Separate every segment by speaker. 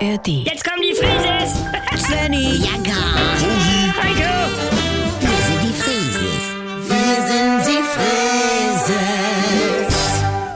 Speaker 1: ARD.
Speaker 2: Jetzt kommen die Frises!
Speaker 3: Svenny,
Speaker 4: Ja, gar.
Speaker 2: Heiko!
Speaker 4: Wir sind die Frieses. Wir sind die Frieses.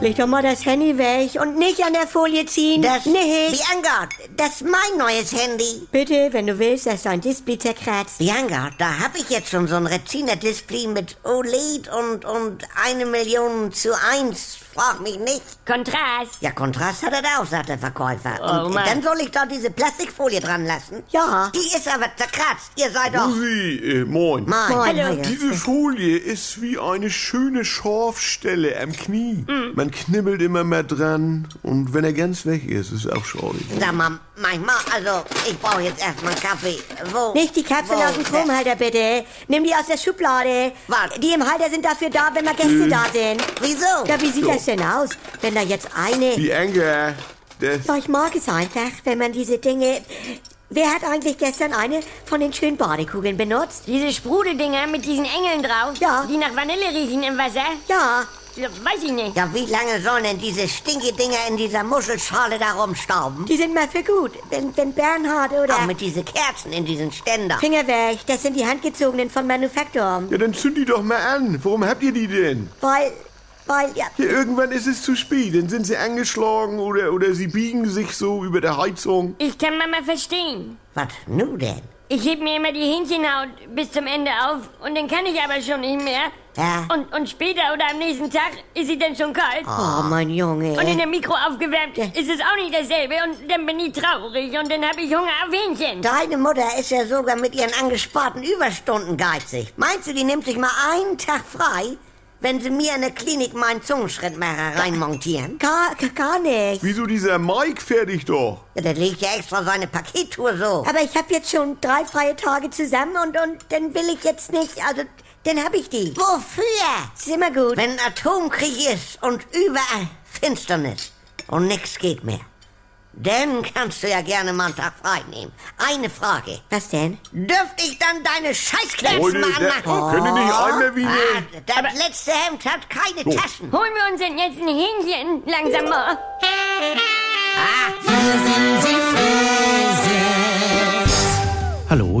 Speaker 3: leg doch mal das Handy weg und nicht an der Folie ziehen.
Speaker 5: Das,
Speaker 3: nicht.
Speaker 5: Bianca, das ist mein neues Handy.
Speaker 3: Bitte, wenn du willst, dass dein Display zerkratzt.
Speaker 5: Bianca, da habe ich jetzt schon so ein Retina-Display mit OLED und, und eine Million zu eins. Frag mich nicht.
Speaker 2: Kontrast!
Speaker 5: Ja, Kontrast hat er auch, sagt der Verkäufer.
Speaker 2: Oh,
Speaker 5: und
Speaker 2: Mann.
Speaker 5: dann soll ich doch diese Plastikfolie dran lassen.
Speaker 3: Ja.
Speaker 5: Die ist aber zerkratzt. Ihr seid doch...
Speaker 6: Rosi, äh,
Speaker 5: Moin.
Speaker 6: moin.
Speaker 3: Moin,
Speaker 5: Hallo.
Speaker 3: Haie.
Speaker 6: Diese Folie ist wie eine schöne Schorfstelle am Knie. Man knibbelt immer mehr dran und wenn er ganz weg ist, ist es auch schorfig.
Speaker 5: Sag mal, manchmal, also, ich brauche jetzt erstmal einen Kaffee. Wo?
Speaker 3: Nicht die Kapseln
Speaker 5: wo-
Speaker 3: aus dem Chromhalter, bitte. Nimm die aus der Schublade.
Speaker 5: Was? Äh.
Speaker 3: Die im Halter sind dafür da, wenn mal Gäste da sind.
Speaker 5: Wieso?
Speaker 3: Ja, wie sieht das denn aus, wenn da jetzt eine...
Speaker 6: Die Anker, das...
Speaker 3: Ja, ich mag es einfach, wenn man diese Dinge... Wer hat eigentlich gestern eine von den schönen Badekugeln benutzt?
Speaker 2: Diese Sprudeldinger mit diesen Engeln drauf,
Speaker 3: Ja.
Speaker 2: die nach Vanille riechen im Wasser?
Speaker 3: Ja,
Speaker 2: Ja, Weiß ich nicht.
Speaker 5: Ja, wie lange sollen denn diese stinke Dinger in dieser Muschelschale da rumstauben?
Speaker 3: die sind mal für gut. Wenn, wenn Bernhard oder...
Speaker 5: Auch mit diese Kerzen in diesen Ständer.
Speaker 3: Finger weg, das sind die handgezogenen von Manufaktum.
Speaker 6: Ja, dann zünd die doch mal an. Warum habt ihr die denn?
Speaker 3: Weil, weil, ja,
Speaker 6: Ja, irgendwann ist es zu spät. Dann sind sie angeschlagen oder, oder sie biegen sich so über der Heizung.
Speaker 2: Ich kann Mama verstehen.
Speaker 5: Was nu denn?
Speaker 2: Ich heb mir immer die Hähnchenhaut bis zum Ende auf und dann kann ich aber schon nicht mehr.
Speaker 5: Ja.
Speaker 2: Und, und später oder am nächsten Tag ist sie dann schon kalt.
Speaker 5: Ah.
Speaker 3: oh mein Junge.
Speaker 2: Und in der Mikro aufgewärmt ist es auch nicht dasselbe und dann bin ich traurig und dann habe ich Hunger auf Hähnchen.
Speaker 5: Deine Mutter ist ja sogar mit ihren angesparten Überstunden geizig. Meinst du, die nimmt sich mal einen Tag frei, wenn sie mir in der Klinik meinen Zungenschrittmacher reinmontieren?
Speaker 3: Gar, gar- gar nicht.
Speaker 6: Wieso dieser Mike fertig doch?
Speaker 5: Ja, der legt ja extra seine Pakettour so.
Speaker 3: Aber ich habe jetzt schon drei freie Tage zusammen und, und dann will ich jetzt nicht, also dann habe ich die.
Speaker 5: Wofür?
Speaker 3: Ist immer gut.
Speaker 5: Wenn Atomkrieg ist und überall Finsternis und nichts geht mehr, dann kannst du ja gerne mal einen Tag frei nehmen. Eine Frage.
Speaker 3: Was denn?
Speaker 5: Dürfte ich dann deine Scheißkleppen
Speaker 6: Leute,
Speaker 5: mal
Speaker 6: da,
Speaker 5: anmachen?
Speaker 6: könnt ihr nicht einmal wie
Speaker 5: Ah,
Speaker 6: eine...
Speaker 5: das letzte Hemd hat keine
Speaker 6: So.
Speaker 5: Taschen.
Speaker 2: Holen wir uns denn jetzt ein Hähnchen langsam mal.
Speaker 4: Wir sind die Frieses.
Speaker 7: Hallo,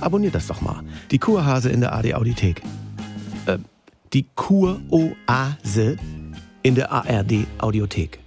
Speaker 7: Abonniert das doch mal. Die Kurhase in der AD Audiothek. Äh, die Kuroase in der ARD Audiothek.